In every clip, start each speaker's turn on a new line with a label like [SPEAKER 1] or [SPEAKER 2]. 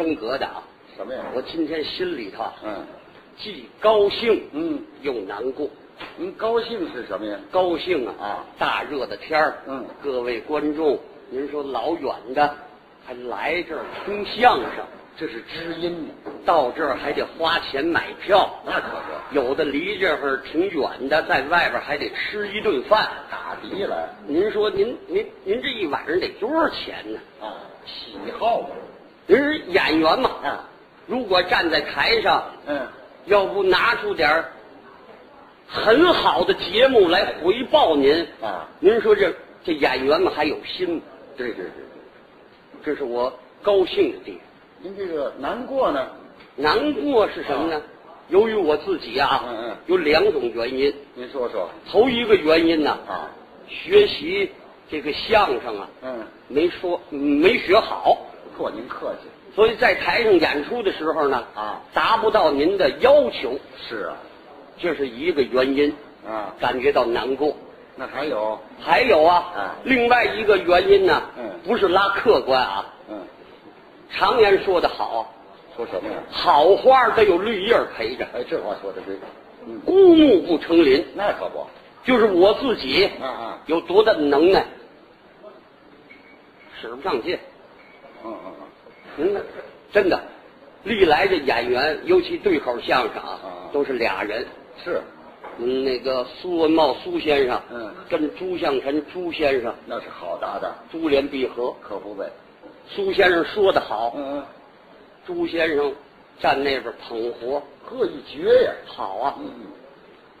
[SPEAKER 1] 风格的啊。
[SPEAKER 2] 什么呀？
[SPEAKER 1] 我今天心里头啊
[SPEAKER 2] 嗯
[SPEAKER 1] 既高兴，
[SPEAKER 2] 嗯，
[SPEAKER 1] 又难过。
[SPEAKER 2] 您高兴是什么呀？
[SPEAKER 1] 高兴啊
[SPEAKER 2] 啊！
[SPEAKER 1] 大热的天儿，
[SPEAKER 2] 嗯
[SPEAKER 1] 各位观众，您说老远的还来这儿听相声，
[SPEAKER 2] 这是知音呢，
[SPEAKER 1] 到这儿还得花钱买票，
[SPEAKER 2] 那可不，
[SPEAKER 1] 有的离这会儿挺远的，在外边还得吃一顿饭。
[SPEAKER 2] 打的来
[SPEAKER 1] 您说您您您这一晚上得多少钱呢？
[SPEAKER 2] 啊，喜好嘛，
[SPEAKER 1] 您是演员嘛，
[SPEAKER 2] 啊，
[SPEAKER 1] 如果站在台上，
[SPEAKER 2] 嗯，
[SPEAKER 1] 要不拿出点儿很好的节目来回报您
[SPEAKER 2] 啊，
[SPEAKER 1] 您说这这演员们还有心吗？
[SPEAKER 2] 对对对对，
[SPEAKER 1] 这是我高兴的地方。
[SPEAKER 2] 您这个难过呢，
[SPEAKER 1] 难过是什么呢？由于我自己啊，
[SPEAKER 2] 啊嗯嗯
[SPEAKER 1] 有两种原因。
[SPEAKER 2] 您说说
[SPEAKER 1] 头一个原因呢，
[SPEAKER 2] 啊，
[SPEAKER 1] 学习这个相声啊，
[SPEAKER 2] 嗯，
[SPEAKER 1] 没说没学好，
[SPEAKER 2] 嚯，您客气，
[SPEAKER 1] 所以在台上演出的时候呢，
[SPEAKER 2] 啊
[SPEAKER 1] 达不到您的要求，
[SPEAKER 2] 是啊，
[SPEAKER 1] 这是一个原因，
[SPEAKER 2] 啊，
[SPEAKER 1] 感觉到难过。
[SPEAKER 2] 那还有，
[SPEAKER 1] 还有啊，
[SPEAKER 2] 啊
[SPEAKER 1] 另外一个原因呢，
[SPEAKER 2] 嗯
[SPEAKER 1] 不是拉客观啊，
[SPEAKER 2] 嗯，
[SPEAKER 1] 常言说得好，
[SPEAKER 2] 说什么呀？
[SPEAKER 1] 好花得有绿叶陪着，
[SPEAKER 2] 哎，这话说的对，嗯，
[SPEAKER 1] 孤木不成林。
[SPEAKER 2] 那可不，
[SPEAKER 1] 就是我自己
[SPEAKER 2] 啊啊，
[SPEAKER 1] 有多大的能耐，使不上劲。
[SPEAKER 2] 嗯嗯嗯，
[SPEAKER 1] 嗯，真的，历来的演员，尤其对口相声啊
[SPEAKER 2] 啊，
[SPEAKER 1] 都是俩人。
[SPEAKER 2] 是，
[SPEAKER 1] 嗯，那个苏文茂苏先生，
[SPEAKER 2] 嗯
[SPEAKER 1] 跟朱向臣朱先生
[SPEAKER 2] 那是好搭档，
[SPEAKER 1] 珠联璧合。
[SPEAKER 2] 可不呗，
[SPEAKER 1] 苏先生说得好，
[SPEAKER 2] 嗯嗯，
[SPEAKER 1] 朱先生站那边捧活，
[SPEAKER 2] 呵一绝呀，
[SPEAKER 1] 好啊。
[SPEAKER 2] 嗯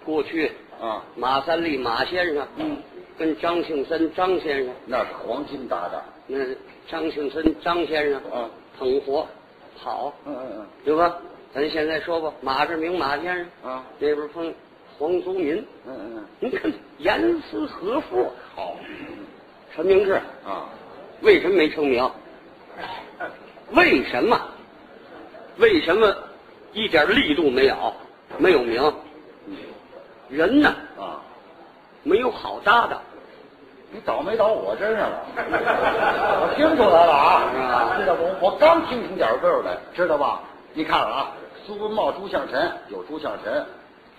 [SPEAKER 1] 过去
[SPEAKER 2] 嗯，啊，
[SPEAKER 1] 马三立马先生，啊
[SPEAKER 2] 嗯，
[SPEAKER 1] 跟张庆森张先生，
[SPEAKER 2] 那是黄金搭档，
[SPEAKER 1] 那张庆森张先生，
[SPEAKER 2] 啊，
[SPEAKER 1] 捧活，好，
[SPEAKER 2] 嗯嗯
[SPEAKER 1] 对吧？咱现在说吧，马志明马先生，
[SPEAKER 2] 嗯，啊，
[SPEAKER 1] 那边碰黄宗民，
[SPEAKER 2] 嗯嗯
[SPEAKER 1] 你看严丝合缝。
[SPEAKER 2] 嗯，好，
[SPEAKER 1] 陈明志
[SPEAKER 2] 啊，
[SPEAKER 1] 为什么没成名？为什么？为什么一点力度没有？没有名，
[SPEAKER 2] 嗯
[SPEAKER 1] 人呢
[SPEAKER 2] 啊。
[SPEAKER 1] 没有好搭档，
[SPEAKER 2] 你倒霉倒我身上了，我听出来了啊！知道不？我刚听从点儿个儿来，知道吧？你看啊，苏文茂、朱向臣有朱向臣，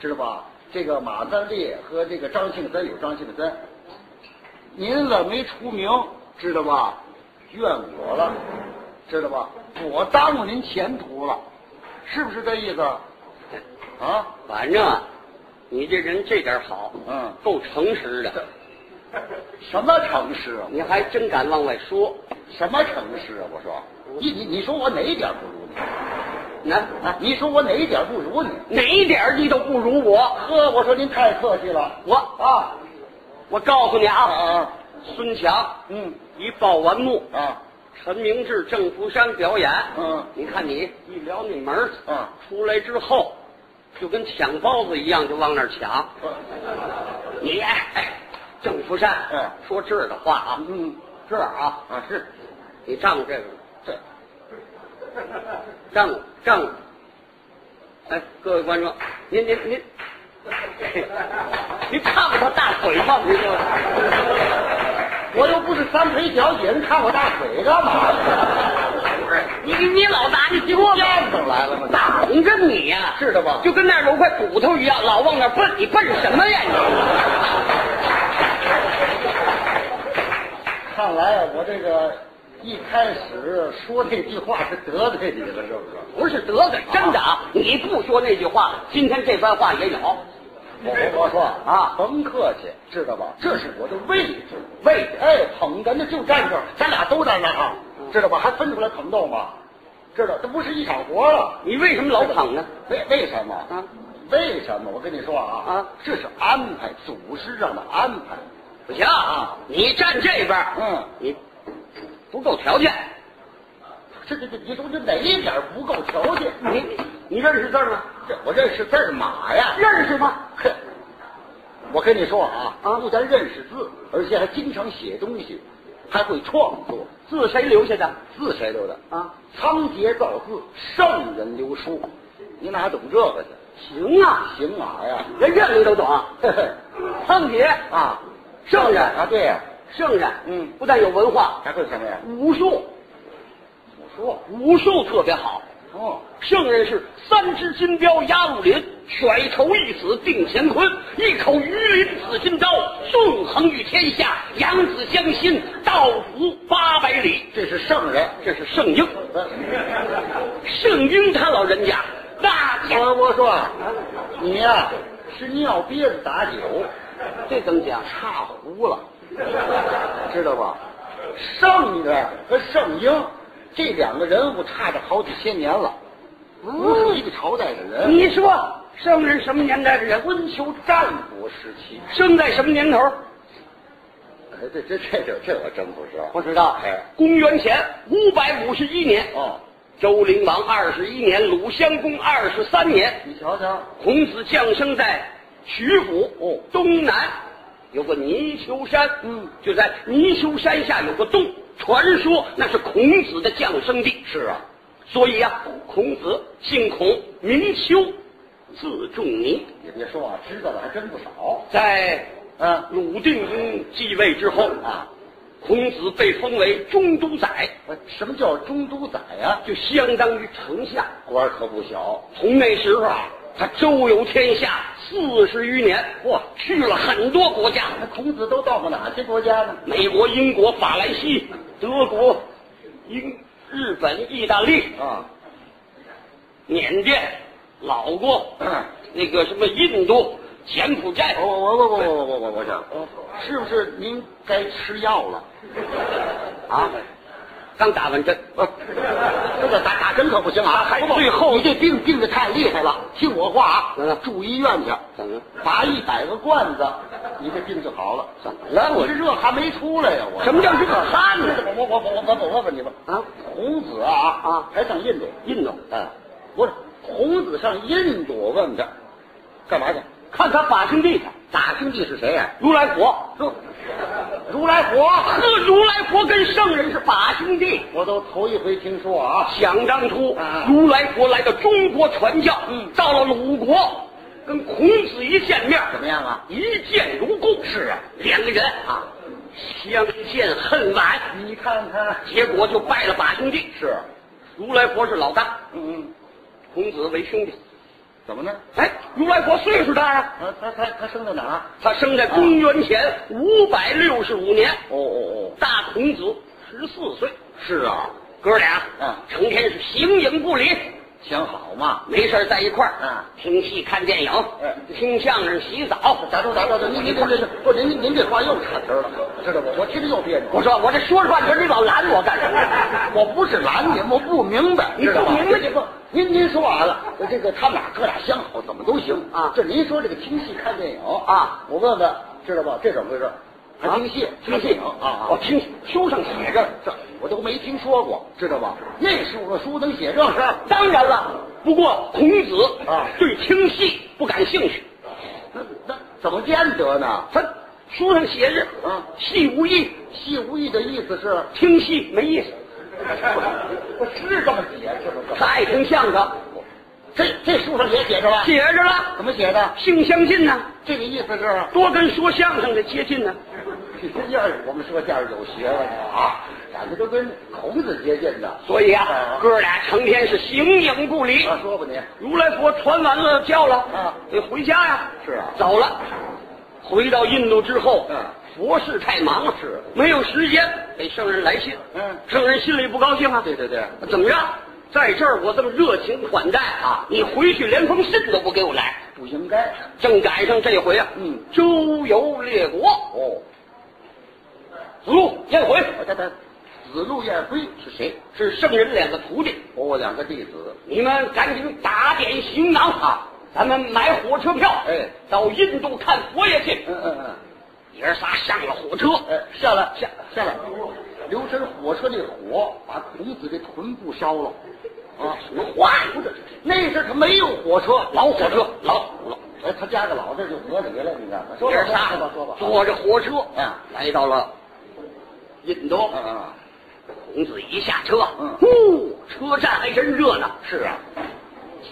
[SPEAKER 2] 知道吧？这个马三立和这个张庆森有张庆森，您了没出名，知道吧？怨我了，知道吧？我耽误您前途了，是不是这意思？啊？
[SPEAKER 1] 反正啊，你这人这点好，
[SPEAKER 2] 嗯
[SPEAKER 1] 够诚实的，
[SPEAKER 2] 什么诚实啊？
[SPEAKER 1] 你还真敢往外说。
[SPEAKER 2] 什么诚实啊？我说，你你你说我哪一点不如你？
[SPEAKER 1] 那
[SPEAKER 2] 啊，你说我哪一点不如你？
[SPEAKER 1] 哪一点儿你都不如我，
[SPEAKER 2] 呵，我说您太客气了。
[SPEAKER 1] 我
[SPEAKER 2] 啊
[SPEAKER 1] 我告诉你
[SPEAKER 2] 啊
[SPEAKER 1] 啊，
[SPEAKER 2] 啊，
[SPEAKER 1] 孙强
[SPEAKER 2] 嗯
[SPEAKER 1] 一报完幕，
[SPEAKER 2] 啊
[SPEAKER 1] 陈明志、郑福山表演。
[SPEAKER 2] 嗯
[SPEAKER 1] 你看你一撩那门儿
[SPEAKER 2] 嗯
[SPEAKER 1] 出来之后，就跟抢包子一样，就往那儿抢。你哎，郑福山，
[SPEAKER 2] 嗯
[SPEAKER 1] 说这儿的话啊，
[SPEAKER 2] 嗯
[SPEAKER 1] 这儿啊，
[SPEAKER 2] 啊是，
[SPEAKER 1] 你丈夫这个
[SPEAKER 2] 这
[SPEAKER 1] 丈夫丈夫，哎，各位观众，您您您，您看过他大腿吗？您这
[SPEAKER 2] 我又不是三陪小姐，你看我大腿干嘛？
[SPEAKER 1] 不是你你你老拿你给我
[SPEAKER 2] 见上来了吗？
[SPEAKER 1] 挡着你呀、
[SPEAKER 2] 是的吧？
[SPEAKER 1] 就跟那儿有块骨头一样，老往那儿奔，你奔什么呀你？
[SPEAKER 2] 看来啊，我这个一开始说这句话是得罪你了，是不是？
[SPEAKER 1] 不是得罪，真的啊！你不说那句话，今天这番话也有
[SPEAKER 2] 我我我说
[SPEAKER 1] 啊
[SPEAKER 2] 甭客气，知道吧？这是我的位置。
[SPEAKER 1] 位置。
[SPEAKER 2] 哎，捧哏的就站这儿，咱俩都站那儿啊
[SPEAKER 1] 嗯，
[SPEAKER 2] 知道吧？还分出来捧逗吗？知道，这不是一场活了。
[SPEAKER 1] 你为什么老捧呢？
[SPEAKER 2] 为为什么？
[SPEAKER 1] 啊，
[SPEAKER 2] 为什么？我跟你说啊，
[SPEAKER 1] 啊
[SPEAKER 2] 这是安排，祖师让的安排。
[SPEAKER 1] 不行啊，你站这边儿，
[SPEAKER 2] 嗯
[SPEAKER 1] 你不够条件。
[SPEAKER 2] 这这这，你说这哪一点不够条件？
[SPEAKER 1] 你你认识字儿吗？
[SPEAKER 2] 这我认识字儿马呀，
[SPEAKER 1] 认识吗？
[SPEAKER 2] 哼， 我跟你说啊，
[SPEAKER 1] 啊
[SPEAKER 2] 不但认识字，而且还经常写东西，还会创作。
[SPEAKER 1] 字谁留下的？
[SPEAKER 2] 字谁留的？
[SPEAKER 1] 啊，
[SPEAKER 2] 仓颉造字，圣人留书。你哪懂这个去？
[SPEAKER 1] 行啊，
[SPEAKER 2] 行哪呀？
[SPEAKER 1] 人认你都懂。啊
[SPEAKER 2] 嘿嘿
[SPEAKER 1] 胖姐，
[SPEAKER 2] 啊，
[SPEAKER 1] 圣人
[SPEAKER 2] 啊，对呀，
[SPEAKER 1] 圣人，
[SPEAKER 2] 嗯
[SPEAKER 1] 不但有文化，
[SPEAKER 2] 还会什么呀？
[SPEAKER 1] 武术，
[SPEAKER 2] 武术说，
[SPEAKER 1] 武术特别好，
[SPEAKER 2] 哦，
[SPEAKER 1] 圣人是三只金镖压入林，甩头一死定乾坤，一口鱼鳞紫金刀纵横于天下，扬子江心，道服八百里。
[SPEAKER 2] 这是圣人。
[SPEAKER 1] 这是圣婴，
[SPEAKER 2] 呃
[SPEAKER 1] 圣婴他老人家那家
[SPEAKER 2] 我我说，啊你呀、是尿憋着打酒，
[SPEAKER 1] 这怎么讲？
[SPEAKER 2] 差糊了，知道吧？圣人和圣婴这两个人物差着好几千年了，不是一个朝代的人。
[SPEAKER 1] 哦你说圣人什么年代的人？
[SPEAKER 2] 春秋战国时期，
[SPEAKER 1] 生在什么年头？
[SPEAKER 2] 哎，这这这这这我真不知道。
[SPEAKER 1] 不知道。
[SPEAKER 2] 哎，
[SPEAKER 1] 公元前五百五十一年，
[SPEAKER 2] 哦，
[SPEAKER 1] 周灵王二十一年，鲁襄公二十三年，
[SPEAKER 2] 你瞧瞧，
[SPEAKER 1] 孔子降生在曲阜
[SPEAKER 2] 哦
[SPEAKER 1] 东南，有个泥丘山，
[SPEAKER 2] 嗯，
[SPEAKER 1] 就在泥丘山下有个洞，传说那是孔子的降生地。
[SPEAKER 2] 是啊，
[SPEAKER 1] 所以啊，孔子姓孔，名丘，字仲尼。
[SPEAKER 2] 也别说啊，知道的还真不少。
[SPEAKER 1] 在
[SPEAKER 2] 嗯
[SPEAKER 1] 鲁定公继位之后，
[SPEAKER 2] 啊，
[SPEAKER 1] 孔子被封为中都宰，
[SPEAKER 2] 我呃什么叫中都宰呀、
[SPEAKER 1] 就相当于丞相。
[SPEAKER 2] 官儿可不小。
[SPEAKER 1] 从那时候啊，他周游天下四十余年，哇，去了很多国家，
[SPEAKER 2] 那孔子都到过哪些国家呢？
[SPEAKER 1] 美国、英国、法兰西、德国、英、日本、意大利、
[SPEAKER 2] 啊，
[SPEAKER 1] 缅甸、老挝，
[SPEAKER 2] 嗯
[SPEAKER 1] 那个什么印度、柬埔寨。
[SPEAKER 2] 我我我我我我我我想，
[SPEAKER 1] 哦
[SPEAKER 2] 是不是您该吃药了？
[SPEAKER 1] 啊，刚打完针，
[SPEAKER 2] 啊，这个打打针可不行啊！还
[SPEAKER 1] 最后
[SPEAKER 2] 你这病病的太厉害了，听我话
[SPEAKER 1] 嗯
[SPEAKER 2] 啊，住医院去，
[SPEAKER 1] 怎么了
[SPEAKER 2] 拔一百个罐子，你这病就好了。
[SPEAKER 1] 怎么了我
[SPEAKER 2] 这热汗没出来呀、我
[SPEAKER 1] 什么叫热汗呢？
[SPEAKER 2] 我我我我我我问问你吧，
[SPEAKER 1] 啊，
[SPEAKER 2] 孔子啊
[SPEAKER 1] 啊嗯
[SPEAKER 2] 还上印度？
[SPEAKER 1] 印度，
[SPEAKER 2] 哎，不是，孔子上印度，我问他，干嘛去？
[SPEAKER 1] 看他法兄弟去，
[SPEAKER 2] 打听弟是谁呀、
[SPEAKER 1] 如来佛。
[SPEAKER 2] 如如来佛，
[SPEAKER 1] 呵，如来佛跟圣人是把兄弟。
[SPEAKER 2] 我都头一回听说啊。
[SPEAKER 1] 想当初
[SPEAKER 2] 啊，
[SPEAKER 1] 如来佛来到中国传教，
[SPEAKER 2] 嗯
[SPEAKER 1] 到了鲁国，跟孔子一见面，
[SPEAKER 2] 怎么样啊？
[SPEAKER 1] 一见如故。是啊，两个人啊，相见恨晚，
[SPEAKER 2] 你看看，
[SPEAKER 1] 结果就拜了把兄弟。
[SPEAKER 2] 是，
[SPEAKER 1] 如来佛是老大，
[SPEAKER 2] 嗯嗯，
[SPEAKER 1] 孔子为兄弟。
[SPEAKER 2] 怎么呢？
[SPEAKER 1] 哎，如来佛岁数大呀、
[SPEAKER 2] 啊，他他他生在哪儿？啊
[SPEAKER 1] 他生在公元前五百六十五年，
[SPEAKER 2] 哦哦
[SPEAKER 1] 大孔子十四岁。
[SPEAKER 2] 哦，是啊，
[SPEAKER 1] 哥俩，
[SPEAKER 2] 嗯
[SPEAKER 1] 成天是形影不离，
[SPEAKER 2] 想好嘛。
[SPEAKER 1] 没事儿在一块儿，
[SPEAKER 2] 嗯
[SPEAKER 1] 听戏、看电影，
[SPEAKER 2] 嗯
[SPEAKER 1] 听相声、洗澡。
[SPEAKER 2] 打住打住，哦您您您这不您您您这话又岔题儿了，知道不？我听着又别扭。
[SPEAKER 1] 我说，我这说着话，你说你老拦我干什么？
[SPEAKER 2] 我不是拦您，我不明白，
[SPEAKER 1] 你不
[SPEAKER 2] 知道吧
[SPEAKER 1] 明白
[SPEAKER 2] 您不您您说完了，这个他们俩哥俩相好，怎么都行
[SPEAKER 1] 啊
[SPEAKER 2] 这您说这个听戏看电影
[SPEAKER 1] 啊，
[SPEAKER 2] 我问问，知道吧？这怎么回事？还听戏
[SPEAKER 1] 听
[SPEAKER 2] 看电
[SPEAKER 1] 戏
[SPEAKER 2] 影啊
[SPEAKER 1] 我
[SPEAKER 2] 啊！
[SPEAKER 1] 听书上写着。
[SPEAKER 2] 这我都没听说过，知道吧？那时候的书能写这事儿？
[SPEAKER 1] 当然了，不过孔子
[SPEAKER 2] 啊
[SPEAKER 1] 对听戏不感兴趣，
[SPEAKER 2] 那那怎么见得呢？
[SPEAKER 1] 他书上写着，
[SPEAKER 2] 啊
[SPEAKER 1] 戏无益，
[SPEAKER 2] 戏无意的意思 是，
[SPEAKER 1] 听戏没意思。
[SPEAKER 2] 我是这么写，是不
[SPEAKER 1] 他爱听相声，
[SPEAKER 2] 这这书上也写着了，
[SPEAKER 1] 写着了，
[SPEAKER 2] 怎么写的？
[SPEAKER 1] 性相近呢、
[SPEAKER 2] 这个意思是，
[SPEAKER 1] 多跟说相声的接近呢、
[SPEAKER 2] 要是我们说相声有学问啊，感觉都跟孔子接近的。
[SPEAKER 1] 所以啊
[SPEAKER 2] 啊，
[SPEAKER 1] 哥俩成天是形影不离。
[SPEAKER 2] 啊，说吧你，
[SPEAKER 1] 如来佛传完了教了，
[SPEAKER 2] 啊
[SPEAKER 1] 得回家呀、
[SPEAKER 2] 是啊
[SPEAKER 1] 走了。回到印度之后，
[SPEAKER 2] 嗯
[SPEAKER 1] 佛事太忙了，
[SPEAKER 2] 是
[SPEAKER 1] 没有时间给圣人来信，
[SPEAKER 2] 嗯
[SPEAKER 1] 圣人心里不高兴啊，
[SPEAKER 2] 对对对，
[SPEAKER 1] 怎么着？在这儿我这么热情款待啊，你回去连封信都不给我来，
[SPEAKER 2] 不应该。
[SPEAKER 1] 正赶上这回啊，
[SPEAKER 2] 嗯
[SPEAKER 1] 周游列国，
[SPEAKER 2] 哦，
[SPEAKER 1] 子路、颜回
[SPEAKER 2] 我看看，子路彦辉是谁？
[SPEAKER 1] 是圣人两个徒弟，
[SPEAKER 2] 哦，我两个弟子。
[SPEAKER 1] 你们赶紧打点行囊啊！咱们买火车票，
[SPEAKER 2] 哎
[SPEAKER 1] 到印度看佛爷去。
[SPEAKER 2] 嗯嗯嗯，
[SPEAKER 1] 爷儿仨上了火车，
[SPEAKER 2] 哎，下来下下来，留神火车那火把孔子这臀部烧了。啊，
[SPEAKER 1] 什么话？
[SPEAKER 2] 不是，那时候他没有火车，
[SPEAKER 1] 老火车，老老。
[SPEAKER 2] 哎，他加个老字就合理了，你看看。说
[SPEAKER 1] 爷
[SPEAKER 2] 吧
[SPEAKER 1] 儿
[SPEAKER 2] 说吧
[SPEAKER 1] 仨
[SPEAKER 2] 说吧说吧。
[SPEAKER 1] 坐着火车，
[SPEAKER 2] 嗯
[SPEAKER 1] 来到了印度。
[SPEAKER 2] 嗯嗯嗯。
[SPEAKER 1] 孔子一下车，
[SPEAKER 2] 嗯
[SPEAKER 1] 呼，车站还真热闹。
[SPEAKER 2] 是啊，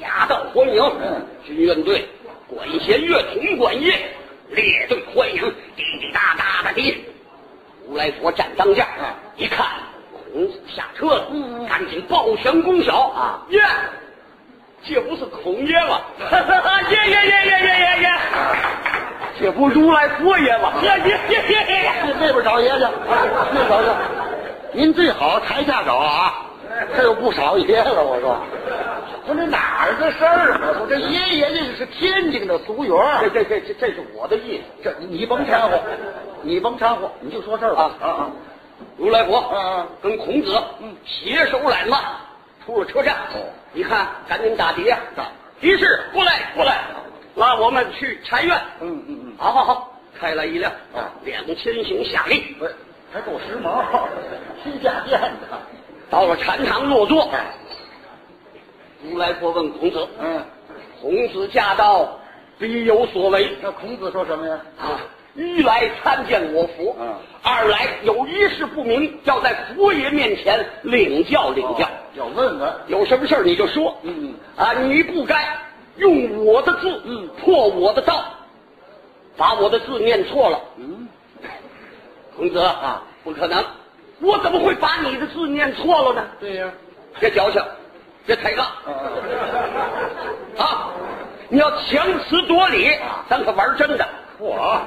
[SPEAKER 1] 夹道欢迎，
[SPEAKER 2] 嗯
[SPEAKER 1] 军乐队、管弦乐、铜管乐列队欢迎，滴滴答答的滴。如来佛站当间，
[SPEAKER 2] 嗯
[SPEAKER 1] 一看，孔子下车了，
[SPEAKER 2] 嗯嗯
[SPEAKER 1] 赶紧抱拳拱手
[SPEAKER 2] 啊
[SPEAKER 1] 耶！这不是孔爷吗？耶耶耶耶耶耶耶！这不如来佛爷吗？耶耶耶耶耶耶！
[SPEAKER 2] 去那边找爷去，那边找去。您最好台下找啊，这有不少爷了。我说，我这哪儿的事儿啊？我说这爷爷这是天津的俗语儿
[SPEAKER 1] 这这这这这是我的意思。
[SPEAKER 2] 这你甭掺和，你甭掺和，你就说事儿吧。
[SPEAKER 1] 啊如来佛，
[SPEAKER 2] 嗯嗯
[SPEAKER 1] 跟孔子，
[SPEAKER 2] 嗯
[SPEAKER 1] 携手揽腕，出了车站。
[SPEAKER 2] 哦啊
[SPEAKER 1] 你看，赶紧打碟呀
[SPEAKER 2] 打！
[SPEAKER 1] 的士，过来，过来，拉我们去禅院。
[SPEAKER 2] 啊嗯嗯嗯，
[SPEAKER 1] 好好好，开来一辆，
[SPEAKER 2] 啊
[SPEAKER 1] 两千行下力，
[SPEAKER 2] 不是，还够时髦， 新下店的。哎
[SPEAKER 1] 到了禅堂落座。
[SPEAKER 2] 啊
[SPEAKER 1] 如来佛问孔子
[SPEAKER 2] 嗯，：“
[SPEAKER 1] 孔子驾到，必有所为
[SPEAKER 2] 那孔子说什么呀？
[SPEAKER 1] 啊！一来参见我佛，
[SPEAKER 2] 嗯
[SPEAKER 1] 二来有一事不明，要在佛爷面前领教领教。
[SPEAKER 2] 哦要问问。
[SPEAKER 1] 有什么事儿你就说，
[SPEAKER 2] 嗯
[SPEAKER 1] 啊，你不该用我的字，
[SPEAKER 2] 嗯
[SPEAKER 1] 破我的道，把我的字念错了。
[SPEAKER 2] 嗯，
[SPEAKER 1] 孔子啊，不可能，我怎么会把你的字念错了呢？
[SPEAKER 2] 对呀、
[SPEAKER 1] 别矫情，别抬杠
[SPEAKER 2] 啊啊
[SPEAKER 1] 啊！你要强词夺理，
[SPEAKER 2] 啊
[SPEAKER 1] 咱可玩真的。
[SPEAKER 2] 我，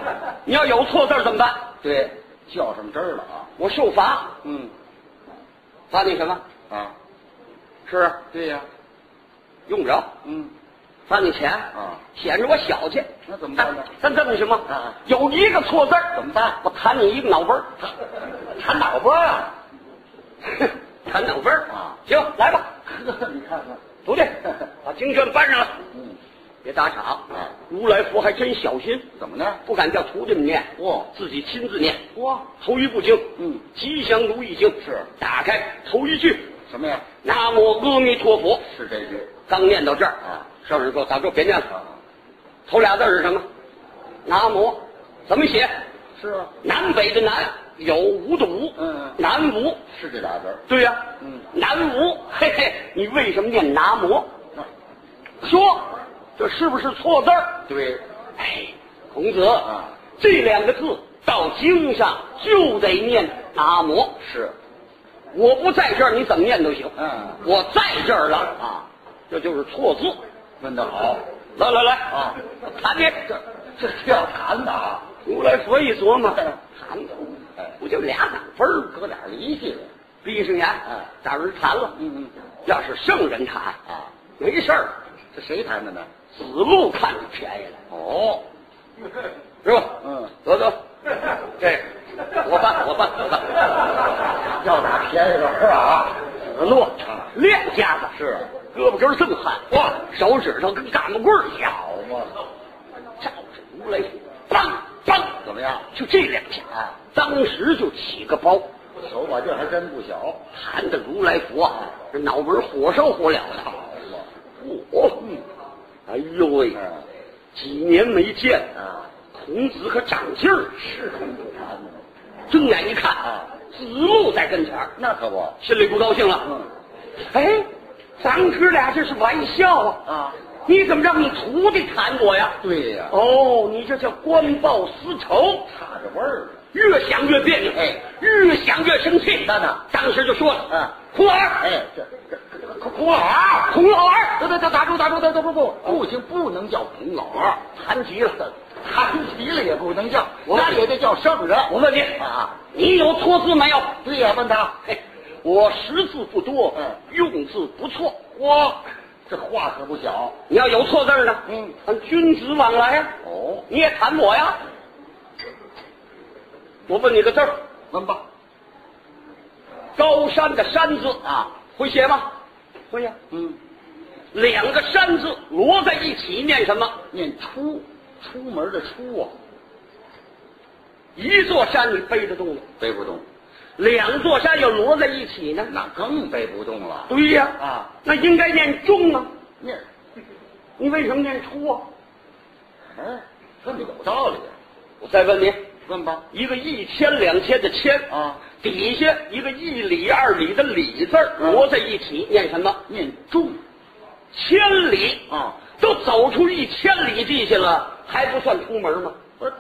[SPEAKER 1] 你要有错字儿怎么办？
[SPEAKER 2] 对，较上真儿了啊。
[SPEAKER 1] 我受罚，
[SPEAKER 2] 嗯
[SPEAKER 1] 罚你什么？
[SPEAKER 2] 啊，
[SPEAKER 1] 是
[SPEAKER 2] 对呀、
[SPEAKER 1] 用不着，
[SPEAKER 2] 嗯。
[SPEAKER 1] 罚你钱
[SPEAKER 2] 啊，
[SPEAKER 1] 显着我小气。
[SPEAKER 2] 那怎么办呢
[SPEAKER 1] 咱咱这么行吗？
[SPEAKER 2] 啊
[SPEAKER 1] 有一个错字儿
[SPEAKER 2] 怎么办
[SPEAKER 1] 我弹你一个脑门儿，
[SPEAKER 2] 他脑瓜啊！
[SPEAKER 1] 弹脑门儿
[SPEAKER 2] 啊
[SPEAKER 1] 行，来 吧，
[SPEAKER 2] 你看看，
[SPEAKER 1] 徒弟，把经卷搬上来，
[SPEAKER 2] 嗯，
[SPEAKER 1] 别打岔啊
[SPEAKER 2] 啊！
[SPEAKER 1] 如来佛还真小心，
[SPEAKER 2] 怎么呢？
[SPEAKER 1] 不敢叫徒弟们念，
[SPEAKER 2] 哦
[SPEAKER 1] 自己亲自念。
[SPEAKER 2] 哇，
[SPEAKER 1] 头一部经，
[SPEAKER 2] 嗯
[SPEAKER 1] 吉祥如意经
[SPEAKER 2] 是
[SPEAKER 1] 打开头一句，
[SPEAKER 2] 什么呀？
[SPEAKER 1] 南无阿弥陀佛。
[SPEAKER 2] 是这句
[SPEAKER 1] 刚念到这儿
[SPEAKER 2] 啊，
[SPEAKER 1] 上人说：“打住，别念了。
[SPEAKER 2] 啊？
[SPEAKER 1] 头俩字儿是什么？南无，怎么写？
[SPEAKER 2] 是啊，
[SPEAKER 1] 南北的南，有无的无，
[SPEAKER 2] 嗯
[SPEAKER 1] 南无。
[SPEAKER 2] 是这俩字儿。
[SPEAKER 1] 对呀、
[SPEAKER 2] 嗯
[SPEAKER 1] 南无，嘿嘿，你为什么念南无？
[SPEAKER 2] 那
[SPEAKER 1] 说，这是不是错字儿？
[SPEAKER 2] 对，
[SPEAKER 1] 哎，孔子
[SPEAKER 2] 啊，
[SPEAKER 1] 这两个字到经上就得念南无。
[SPEAKER 2] 是
[SPEAKER 1] 我不在这儿，你怎么念都行。
[SPEAKER 2] 嗯
[SPEAKER 1] 我在这儿了啊，
[SPEAKER 2] 啊，
[SPEAKER 1] 这就是错字。
[SPEAKER 2] 问得好。
[SPEAKER 1] 来来来
[SPEAKER 2] 啊，
[SPEAKER 1] 谈你。
[SPEAKER 2] 这这是要谈的啊，
[SPEAKER 1] 如来佛一琢磨，
[SPEAKER 2] 嗯
[SPEAKER 1] 谈的
[SPEAKER 2] 哎
[SPEAKER 1] 不就俩脑分儿吗？
[SPEAKER 2] 哥俩离去了。
[SPEAKER 1] 闭上眼
[SPEAKER 2] 嗯，
[SPEAKER 1] 找人谈了。
[SPEAKER 2] 嗯
[SPEAKER 1] 要是圣人谈
[SPEAKER 2] 嗯啊，
[SPEAKER 1] 没事儿，
[SPEAKER 2] 这谁谈的呢？
[SPEAKER 1] 子路看着便宜了，
[SPEAKER 2] 哦，
[SPEAKER 1] 是吧？
[SPEAKER 2] 嗯，
[SPEAKER 1] 得得，这我办，我办，我办。
[SPEAKER 2] 要打便宜了是啊？
[SPEAKER 1] 子路练家子
[SPEAKER 2] 是啊
[SPEAKER 1] 胳膊根儿这么汉，哇，手指头跟嘎巴棍儿一样，
[SPEAKER 2] 好嘛，
[SPEAKER 1] 照着如来佛，梆梆，
[SPEAKER 2] 怎么样？
[SPEAKER 1] 就这两下
[SPEAKER 2] 啊，
[SPEAKER 1] 当时就起个包。
[SPEAKER 2] 手把劲儿还真不小。
[SPEAKER 1] 谈的如来佛啊，这脑门儿火烧火燎的。
[SPEAKER 2] 好嘛，
[SPEAKER 1] 哦，哎呦喂，
[SPEAKER 2] 嗯
[SPEAKER 1] 几年没见，
[SPEAKER 2] 啊，
[SPEAKER 1] 孔子可长劲儿。
[SPEAKER 2] 是孔子谈的吗？
[SPEAKER 1] 睁眼一看
[SPEAKER 2] 啊，
[SPEAKER 1] 子路在跟前儿，
[SPEAKER 2] 那可不。
[SPEAKER 1] 心里不高兴了。
[SPEAKER 2] 嗯
[SPEAKER 1] 哎，咱哥俩这是玩笑啊！
[SPEAKER 2] 啊，
[SPEAKER 1] 你怎么让你徒弟谈我呀？
[SPEAKER 2] 对呀、
[SPEAKER 1] 哦，你这叫官报私仇。
[SPEAKER 2] 差着味儿呢。
[SPEAKER 1] 越想越别扭，
[SPEAKER 2] 哎
[SPEAKER 1] 越想越生气。
[SPEAKER 2] 那哪
[SPEAKER 1] 当时就说了，
[SPEAKER 2] 嗯
[SPEAKER 1] 孔老二，
[SPEAKER 2] 哎，这这啊
[SPEAKER 1] 孔孔老二，孔老二，
[SPEAKER 2] 这这这打住打住打住不不不行，不能叫孔老啊二，
[SPEAKER 1] 谈急了。
[SPEAKER 2] 谈急了也不能叫，
[SPEAKER 1] 我
[SPEAKER 2] 那也得叫圣人。
[SPEAKER 1] 我问你
[SPEAKER 2] 啊，
[SPEAKER 1] 你有错字没有？
[SPEAKER 2] 对呀、问他，
[SPEAKER 1] 嘿，我识字不多，
[SPEAKER 2] 嗯
[SPEAKER 1] 用字不错。
[SPEAKER 2] 哇，这话可不小
[SPEAKER 1] 你要有错字儿呢，
[SPEAKER 2] 嗯，
[SPEAKER 1] 咱君子往来呀、
[SPEAKER 2] 哦。
[SPEAKER 1] 你也谈我呀？我问你个字儿，
[SPEAKER 2] 问吧，
[SPEAKER 1] 高山的山字
[SPEAKER 2] 啊，
[SPEAKER 1] 会写吗？会呀、
[SPEAKER 2] 嗯，
[SPEAKER 1] 两个山字摞在一起念什么？
[SPEAKER 2] 念出出门的出啊，
[SPEAKER 1] 一座山你背得动吗？
[SPEAKER 2] 背不动，
[SPEAKER 1] 两座山要摞在一起呢？
[SPEAKER 2] 那更背不动了。
[SPEAKER 1] 对呀、
[SPEAKER 2] 啊，
[SPEAKER 1] 那应该念重啊，
[SPEAKER 2] 念，
[SPEAKER 1] 你为什么念出啊？
[SPEAKER 2] 哎，这么有道理。啊
[SPEAKER 1] 我再问你，
[SPEAKER 2] 问吧，
[SPEAKER 1] 一个一千两千的千
[SPEAKER 2] 啊，
[SPEAKER 1] 底下一个一里二里的里字儿
[SPEAKER 2] 嗯
[SPEAKER 1] 摞在一起念什么？
[SPEAKER 2] 念重
[SPEAKER 1] 千里
[SPEAKER 2] 啊，
[SPEAKER 1] 都走出一千里地去了，还不
[SPEAKER 2] 呃
[SPEAKER 1] 算出门吗？
[SPEAKER 2] 不是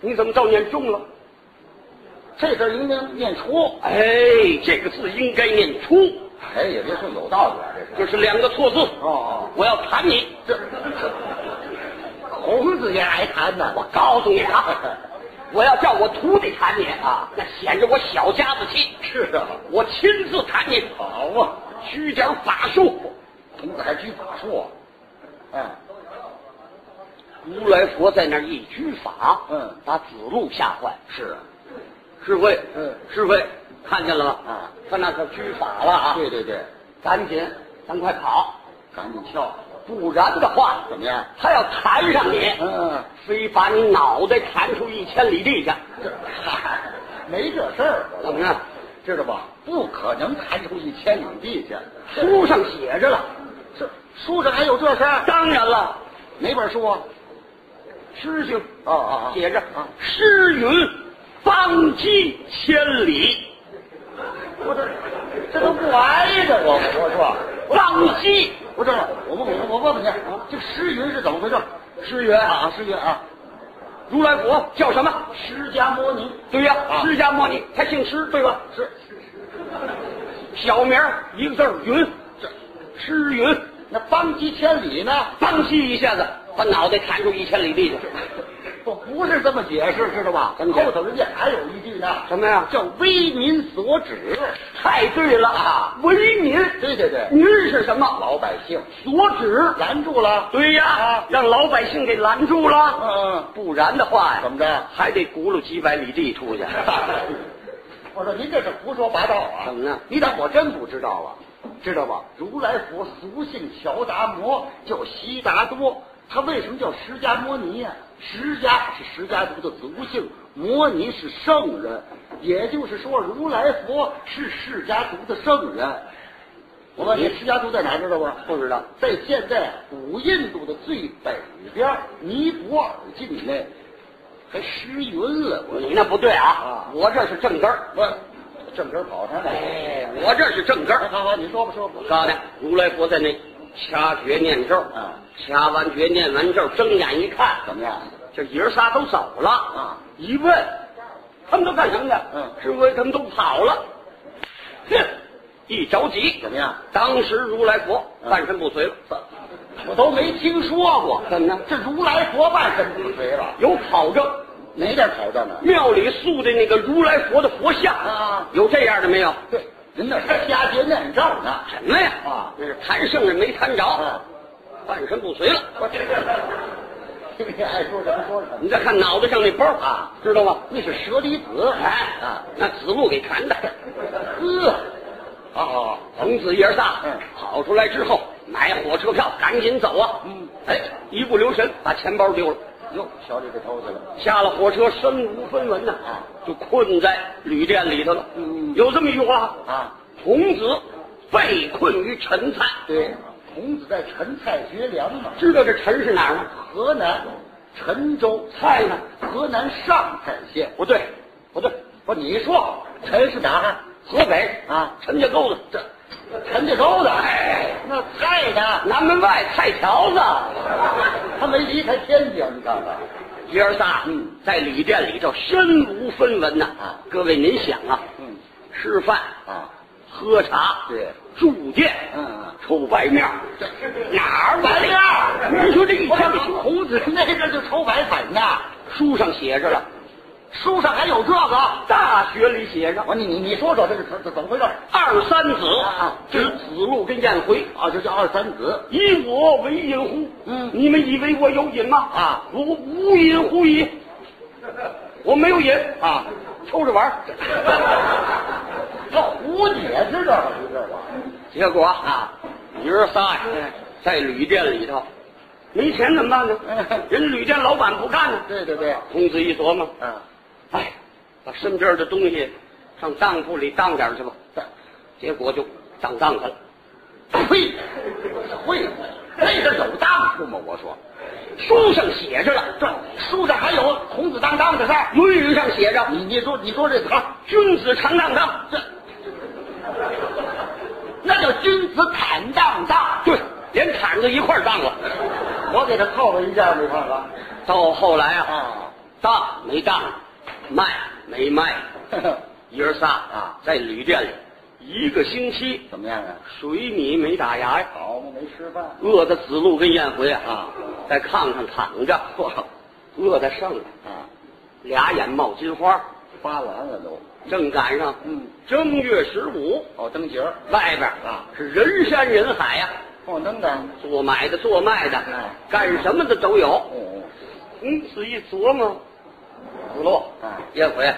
[SPEAKER 1] 你怎么倒念重了？
[SPEAKER 2] 这字儿应该念出。
[SPEAKER 1] 哎，这个字应该念出，
[SPEAKER 2] 哎，也别说有道理啊，这
[SPEAKER 1] 这是
[SPEAKER 2] 是。
[SPEAKER 1] 两个错字。
[SPEAKER 2] 哦，
[SPEAKER 1] 我要砍你！
[SPEAKER 2] 这孔子也挨谈呢。
[SPEAKER 1] 我告诉你 啊，我要叫我徒弟砍你啊，那显着我小家子气。
[SPEAKER 2] 是啊，
[SPEAKER 1] 我亲自砍你，
[SPEAKER 2] 好啊，
[SPEAKER 1] 施点法术。
[SPEAKER 2] 孔子还举法术啊。哎，
[SPEAKER 1] 如来佛在那儿一举法，
[SPEAKER 2] 嗯
[SPEAKER 1] 把子路吓坏。
[SPEAKER 2] 是啊，
[SPEAKER 1] 智慧，
[SPEAKER 2] 嗯
[SPEAKER 1] 智慧，看见了吗？
[SPEAKER 2] 啊，
[SPEAKER 1] 他那可举法了啊！
[SPEAKER 2] 对，对对，
[SPEAKER 1] 赶紧，咱快跑，
[SPEAKER 2] 赶紧跳，
[SPEAKER 1] 不然的话，
[SPEAKER 2] 怎么样？
[SPEAKER 1] 他要缠上你，
[SPEAKER 2] 嗯，
[SPEAKER 1] 非把你脑袋缠出一千里 地去。
[SPEAKER 2] 这嗨，没这事儿，
[SPEAKER 1] 怎么样？
[SPEAKER 2] 知道吧？不可能弹出一千里地去。
[SPEAKER 1] 书上写着了，
[SPEAKER 2] 这书上还有这事儿？
[SPEAKER 1] 当然了，
[SPEAKER 2] 哪本书啊？
[SPEAKER 1] 师兄
[SPEAKER 2] 啊啊啊！
[SPEAKER 1] 写着
[SPEAKER 2] 啊，
[SPEAKER 1] 诗云：“方击千里，
[SPEAKER 2] 我这这都不挨着我，我说
[SPEAKER 1] 方击。
[SPEAKER 2] 不是，我问我我问问你，啊这诗云是怎么回事？”
[SPEAKER 1] 诗曰啊，
[SPEAKER 2] 啊，诗云啊，
[SPEAKER 1] 如来佛叫什么？
[SPEAKER 2] 释迦摩尼
[SPEAKER 1] 对呀、
[SPEAKER 2] 啊
[SPEAKER 1] 释迦牟尼，他姓施，对吧？
[SPEAKER 2] 是
[SPEAKER 1] 小名儿一个字儿云，
[SPEAKER 2] 这
[SPEAKER 1] 施云。
[SPEAKER 2] 那邦极千里呢？
[SPEAKER 1] 当机一下子把脑袋弹出一千里地去。
[SPEAKER 2] 不不是这么解释，知道吧？
[SPEAKER 1] 怎么解释
[SPEAKER 2] 后头人家还有一句呢，
[SPEAKER 1] 什么呀？
[SPEAKER 2] 叫为民所指。
[SPEAKER 1] 太对了啊！为民，
[SPEAKER 2] 对对对，
[SPEAKER 1] 民是什么？
[SPEAKER 2] 老百姓
[SPEAKER 1] 所指。
[SPEAKER 2] 拦住了。
[SPEAKER 1] 对呀、
[SPEAKER 2] 啊
[SPEAKER 1] 让老百姓给拦住了。
[SPEAKER 2] 嗯
[SPEAKER 1] 不然的话呀，
[SPEAKER 2] 怎么着
[SPEAKER 1] 还得轱辘几百里地出去。
[SPEAKER 2] 嗯，我说您这是胡说八道啊！
[SPEAKER 1] 怎么呢
[SPEAKER 2] 你当我真不知道啊？知道吧？如来佛俗姓乔达摩，叫悉达多。他为什么叫释迦摩尼呀、释迦是释迦族的族姓，摩尼是圣人，也就是说，如来佛是释迦族的圣人。我问你，释迦族在哪儿知道吗？
[SPEAKER 1] 不知道。
[SPEAKER 2] 在现在古印度的最北边儿，尼泊尔境内，还失云了。我
[SPEAKER 1] 你那不对啊！
[SPEAKER 2] 啊
[SPEAKER 1] 我这是正根儿，
[SPEAKER 2] 我正根儿跑上来。
[SPEAKER 1] 哎，我这是正根
[SPEAKER 2] 哎，
[SPEAKER 1] 儿。
[SPEAKER 2] 好好，你说吧说吧。
[SPEAKER 1] 告诉你，如来佛在那掐诀念咒，
[SPEAKER 2] 嗯
[SPEAKER 1] 掐完诀念完咒，睁眼一看，
[SPEAKER 2] 怎么样？
[SPEAKER 1] 这爷儿仨都走了
[SPEAKER 2] 啊！
[SPEAKER 1] 一问，他们都干什么的？
[SPEAKER 2] 嗯
[SPEAKER 1] 是为他们都跑了。哼，一着急
[SPEAKER 2] 怎，么样？
[SPEAKER 1] 当时如来佛
[SPEAKER 2] 嗯
[SPEAKER 1] 半身不遂了，
[SPEAKER 2] 我都没听说过。
[SPEAKER 1] 怎么呢
[SPEAKER 2] 这如来佛半身不遂了，
[SPEAKER 1] 有考证，
[SPEAKER 2] 哪点跑这呢？
[SPEAKER 1] 庙里塑的那个如来佛的佛像
[SPEAKER 2] 啊
[SPEAKER 1] 有这样的没有？
[SPEAKER 2] 对，您那是瞎结念咒呢。
[SPEAKER 1] 什么呀？
[SPEAKER 2] 啊
[SPEAKER 1] 那是谈圣人没谈着，
[SPEAKER 2] 啊，
[SPEAKER 1] 半身不遂了。
[SPEAKER 2] 我这听 你爱说什么说什么。
[SPEAKER 1] 你再看脑袋上那包
[SPEAKER 2] 啊，
[SPEAKER 1] 知道吗？
[SPEAKER 2] 那是舍离子，
[SPEAKER 1] 哎，
[SPEAKER 2] 啊，
[SPEAKER 1] 那子路给缠的。
[SPEAKER 2] 呵，哦，
[SPEAKER 1] 孔子爷仨
[SPEAKER 2] 嗯
[SPEAKER 1] 跑出来之后，买火车票赶紧走啊！
[SPEAKER 2] 嗯，
[SPEAKER 1] 哎，一不留神把钱包丢了，
[SPEAKER 2] 哟，瞧这个头去了，
[SPEAKER 1] 下了火车身无分文呐、
[SPEAKER 2] 啊
[SPEAKER 1] 就困在旅店里头了。
[SPEAKER 2] 嗯
[SPEAKER 1] 有这么一句话
[SPEAKER 2] 啊，
[SPEAKER 1] 孔子被困于陈蔡，
[SPEAKER 2] 对，孔子在陈蔡绝粮嘛，
[SPEAKER 1] 知道这陈是哪儿吗？
[SPEAKER 2] 河南陈州，
[SPEAKER 1] 蔡呢？
[SPEAKER 2] 河南上蔡县。
[SPEAKER 1] 不对，不对，
[SPEAKER 2] 不，你说陈是哪儿？
[SPEAKER 1] 河北
[SPEAKER 2] 啊
[SPEAKER 1] 陈家沟子，这
[SPEAKER 2] 陈家沟的。
[SPEAKER 1] 哎，
[SPEAKER 2] 那蔡呢？
[SPEAKER 1] 南门外蔡桥子。
[SPEAKER 2] 他没离开天津，你看看。
[SPEAKER 1] 爷儿仨，
[SPEAKER 2] 嗯，
[SPEAKER 1] 在旅店里头身无分文呐、
[SPEAKER 2] 啊
[SPEAKER 1] 各位您想啊，
[SPEAKER 2] 嗯
[SPEAKER 1] 吃饭、
[SPEAKER 2] 啊，
[SPEAKER 1] 喝茶，
[SPEAKER 2] 对，
[SPEAKER 1] 住店，
[SPEAKER 2] 嗯嗯
[SPEAKER 1] 臭白面儿，哪儿白面儿？您说这一
[SPEAKER 2] 我看
[SPEAKER 1] 天，
[SPEAKER 2] 你孔子那阵就愁白粉呢，
[SPEAKER 1] 书上写着了，
[SPEAKER 2] 书上还有这个。
[SPEAKER 1] 大学里写着
[SPEAKER 2] 我你你你说说这是怎怎么回事？
[SPEAKER 1] 二三子，
[SPEAKER 2] 啊
[SPEAKER 1] 这是子路跟晏回。
[SPEAKER 2] 啊，这叫二三子。
[SPEAKER 1] 以我为隐乎？
[SPEAKER 2] 嗯
[SPEAKER 1] 你们以为我有瘾吗？
[SPEAKER 2] 啊
[SPEAKER 1] 我无隐乎矣，我没有瘾啊，抽着玩儿。
[SPEAKER 2] 这胡解知道吗？知道吧？
[SPEAKER 1] 结果啊，爷儿仨呀
[SPEAKER 2] 嗯，
[SPEAKER 1] 在旅店里头，没钱怎么办呢
[SPEAKER 2] 嗯？
[SPEAKER 1] 人旅店老板不干呢。
[SPEAKER 2] 对对对，
[SPEAKER 1] 孔子一琢磨，
[SPEAKER 2] 嗯，
[SPEAKER 1] 哎，把身边的东西上当铺里当点儿去吧。
[SPEAKER 2] 对
[SPEAKER 1] 结果就上当去了。
[SPEAKER 2] 呸，会那阵有当铺吗？我说，
[SPEAKER 1] 书上写着了，
[SPEAKER 2] 这书上还有孔子当当的事儿。
[SPEAKER 1] 《论语》上写着
[SPEAKER 2] 你你说你说这词儿，
[SPEAKER 1] “君子常当当
[SPEAKER 2] 这那叫君子坦荡”，荡。
[SPEAKER 1] 对，连毯子一块儿当了。
[SPEAKER 2] 我给他套了一下，你看看。
[SPEAKER 1] 到后来啊，
[SPEAKER 2] 啊，
[SPEAKER 1] 当没当，卖没卖，爷儿仨
[SPEAKER 2] 啊
[SPEAKER 1] 在旅店里一个星期，
[SPEAKER 2] 怎么样啊？
[SPEAKER 1] 水米没打牙呀，
[SPEAKER 2] 好嘛，没吃饭。
[SPEAKER 1] 饿得子路跟燕回
[SPEAKER 2] 啊，
[SPEAKER 1] 在炕上躺着，嚯，饿得上来，
[SPEAKER 2] 啊，
[SPEAKER 1] 俩眼冒金花，
[SPEAKER 2] 发蓝了都。
[SPEAKER 1] 正赶上
[SPEAKER 2] 嗯，
[SPEAKER 1] 正月十五，
[SPEAKER 2] 哦，灯节儿，
[SPEAKER 1] 外边
[SPEAKER 2] 啊
[SPEAKER 1] 是人山人海呀、
[SPEAKER 2] 放灯的。
[SPEAKER 1] 做买的做卖的
[SPEAKER 2] 嗯，
[SPEAKER 1] 干什么的都有。
[SPEAKER 2] 哦，
[SPEAKER 1] 你仔细琢磨，子路
[SPEAKER 2] 嗯，
[SPEAKER 1] 燕回
[SPEAKER 2] 啊，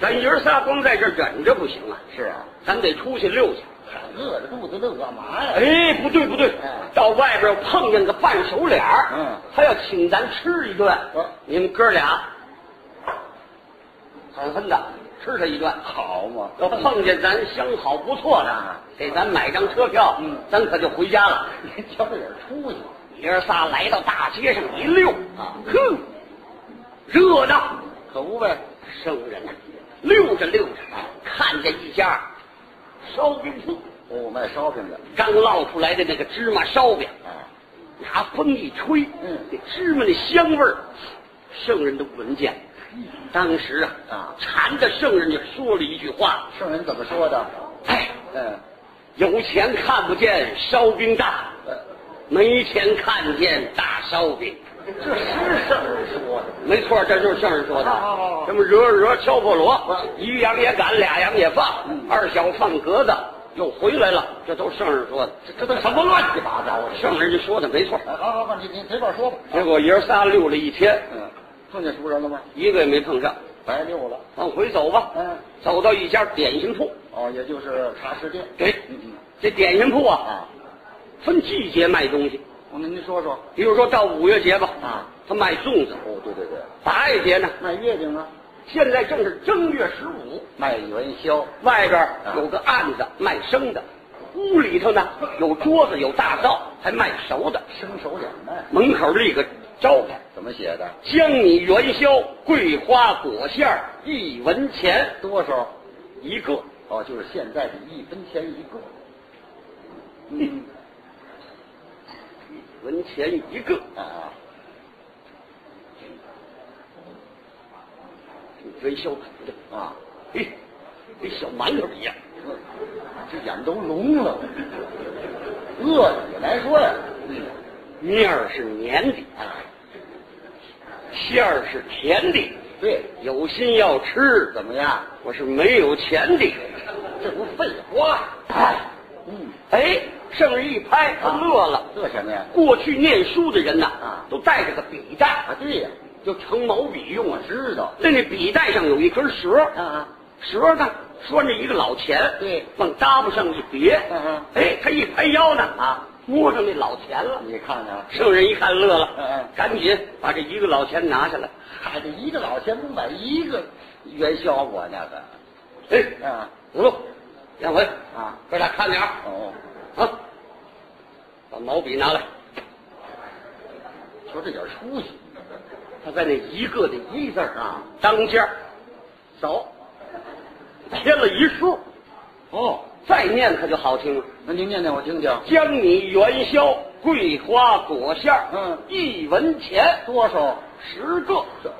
[SPEAKER 1] 咱爷儿仨光在这儿忍着不行啊，
[SPEAKER 2] 是啊，
[SPEAKER 1] 咱得出去溜去。
[SPEAKER 2] 饿着肚子饿干嘛呀？
[SPEAKER 1] 哎，不对不对
[SPEAKER 2] 嗯，
[SPEAKER 1] 到外边碰见个半熟脸儿，
[SPEAKER 2] 嗯，
[SPEAKER 1] 他要请咱吃一顿
[SPEAKER 2] 嗯，
[SPEAKER 1] 你们哥俩狠狠的吃他一顿。
[SPEAKER 2] 好嘛，
[SPEAKER 1] 要碰见咱相好不错的
[SPEAKER 2] 嗯，
[SPEAKER 1] 给咱买张车票，
[SPEAKER 2] 嗯
[SPEAKER 1] 咱可就回家了。
[SPEAKER 2] 您 瞧这点出息，
[SPEAKER 1] 爷儿仨来到大街上一溜
[SPEAKER 2] 啊
[SPEAKER 1] 哼，热闹，
[SPEAKER 2] 可不呗？啊
[SPEAKER 1] 生人呐，啊溜着溜着，看见一家烧饼铺，
[SPEAKER 2] 哦，卖烧饼的，
[SPEAKER 1] 刚烙出来的那个芝麻烧饼，
[SPEAKER 2] 哎，
[SPEAKER 1] 拿风一吹，
[SPEAKER 2] 嗯
[SPEAKER 1] 那芝麻的香味儿，圣人都闻见。当时啊，
[SPEAKER 2] 嗯啊
[SPEAKER 1] 馋的圣人就说了一句话
[SPEAKER 2] 圣人怎么说的？：“
[SPEAKER 1] 哎，
[SPEAKER 2] 嗯，
[SPEAKER 1] 有钱看不见烧饼大，
[SPEAKER 2] 呃
[SPEAKER 1] 没钱看见大烧饼。”
[SPEAKER 2] 这是圣人说的。
[SPEAKER 1] 没错，这就是相声说的。
[SPEAKER 2] 好好好
[SPEAKER 1] 这么惹惹敲破锣，
[SPEAKER 2] 哦嗯
[SPEAKER 1] 一羊也赶，俩羊也放，
[SPEAKER 2] 嗯
[SPEAKER 1] 二小放鸽子又回来了，这都相声说的。
[SPEAKER 2] 这这都什么乱七八糟的？
[SPEAKER 1] 相声人说的没错。
[SPEAKER 2] 哎，好好好，你你随便说吧。
[SPEAKER 1] 结果爷儿仨溜了一天，
[SPEAKER 2] 嗯，碰见熟人了吗？
[SPEAKER 1] 一个也没碰上，
[SPEAKER 2] 白溜了。
[SPEAKER 1] 往回走吧。
[SPEAKER 2] 嗯，
[SPEAKER 1] 走到一家点心铺，
[SPEAKER 2] 哦，也就是茶食店。
[SPEAKER 1] 对
[SPEAKER 2] 嗯嗯，
[SPEAKER 1] 这点心铺啊，
[SPEAKER 2] 啊，
[SPEAKER 1] 分季节卖东西。
[SPEAKER 2] 我跟您说说。
[SPEAKER 1] 比如说到五月节吧，
[SPEAKER 2] 啊，
[SPEAKER 1] 他卖粽子；
[SPEAKER 2] 哦，对对对，
[SPEAKER 1] 八月节呢，
[SPEAKER 2] 卖月饼啊，
[SPEAKER 1] 现在正是正月十五，
[SPEAKER 2] 卖元宵。
[SPEAKER 1] 外边
[SPEAKER 2] 啊
[SPEAKER 1] 有个案子卖生的，屋里头呢有桌子有大灶，还卖熟的。
[SPEAKER 2] 生手两卖，
[SPEAKER 1] 门口立个招牌
[SPEAKER 2] 怎么写的？：“
[SPEAKER 1] 江米元宵桂花果馅儿一文钱
[SPEAKER 2] 多少？
[SPEAKER 1] 一个。
[SPEAKER 2] 哦，就是现在的一分钱一个。嗯，
[SPEAKER 1] 一文钱一个，
[SPEAKER 2] 啊，
[SPEAKER 1] 这元宵可不对，
[SPEAKER 2] 啊，
[SPEAKER 1] 嘿，跟小馒头一样。
[SPEAKER 2] 这眼都聋了，饿的也难说呀。嗯，
[SPEAKER 1] 面儿是黏的，
[SPEAKER 2] 啊，
[SPEAKER 1] 馅儿是甜的，
[SPEAKER 2] 对，
[SPEAKER 1] 有心要吃，
[SPEAKER 2] 怎么样？
[SPEAKER 1] 我是没有钱的。
[SPEAKER 2] 这不废话。
[SPEAKER 1] 哇，哎，
[SPEAKER 2] 嗯，
[SPEAKER 1] 哎，圣人一拍，他乐了。
[SPEAKER 2] 这什么呀？
[SPEAKER 1] 过去念书的人呐，
[SPEAKER 2] 啊
[SPEAKER 1] 都带着个笔袋，
[SPEAKER 2] 啊，对呀，
[SPEAKER 1] 就成毛笔用啊。
[SPEAKER 2] 知道。
[SPEAKER 1] 那那笔袋上有一根蛇，
[SPEAKER 2] 啊啊，
[SPEAKER 1] 蛇呢拴着一个老钱，
[SPEAKER 2] 对
[SPEAKER 1] 往嘎巴上一别，
[SPEAKER 2] 嗯嗯
[SPEAKER 1] 哎，他一盘腰呢，
[SPEAKER 2] 啊，
[SPEAKER 1] 摸上那老钱了。
[SPEAKER 2] 你看看，
[SPEAKER 1] 圣人一看乐了，
[SPEAKER 2] 嗯嗯
[SPEAKER 1] 赶紧把这一个老钱拿下来。
[SPEAKER 2] 嗨，这一个老钱不买一个元宵，我那个。
[SPEAKER 1] 哎，
[SPEAKER 2] 啊
[SPEAKER 1] 子路，燕文
[SPEAKER 2] 啊，
[SPEAKER 1] 哥俩看点儿
[SPEAKER 2] 哦，
[SPEAKER 1] 啊，把毛笔拿来。
[SPEAKER 2] 说这点出息
[SPEAKER 1] 他在那一个的一字儿
[SPEAKER 2] 啊，
[SPEAKER 1] 当间儿
[SPEAKER 2] 少。
[SPEAKER 1] 贴了一竖，
[SPEAKER 2] 哦，
[SPEAKER 1] 再念可就好听了。
[SPEAKER 2] 那您念念我听听，
[SPEAKER 1] 江米元宵桂花果馅儿，
[SPEAKER 2] 嗯
[SPEAKER 1] 一文钱
[SPEAKER 2] 多少？
[SPEAKER 1] 十个，
[SPEAKER 2] 这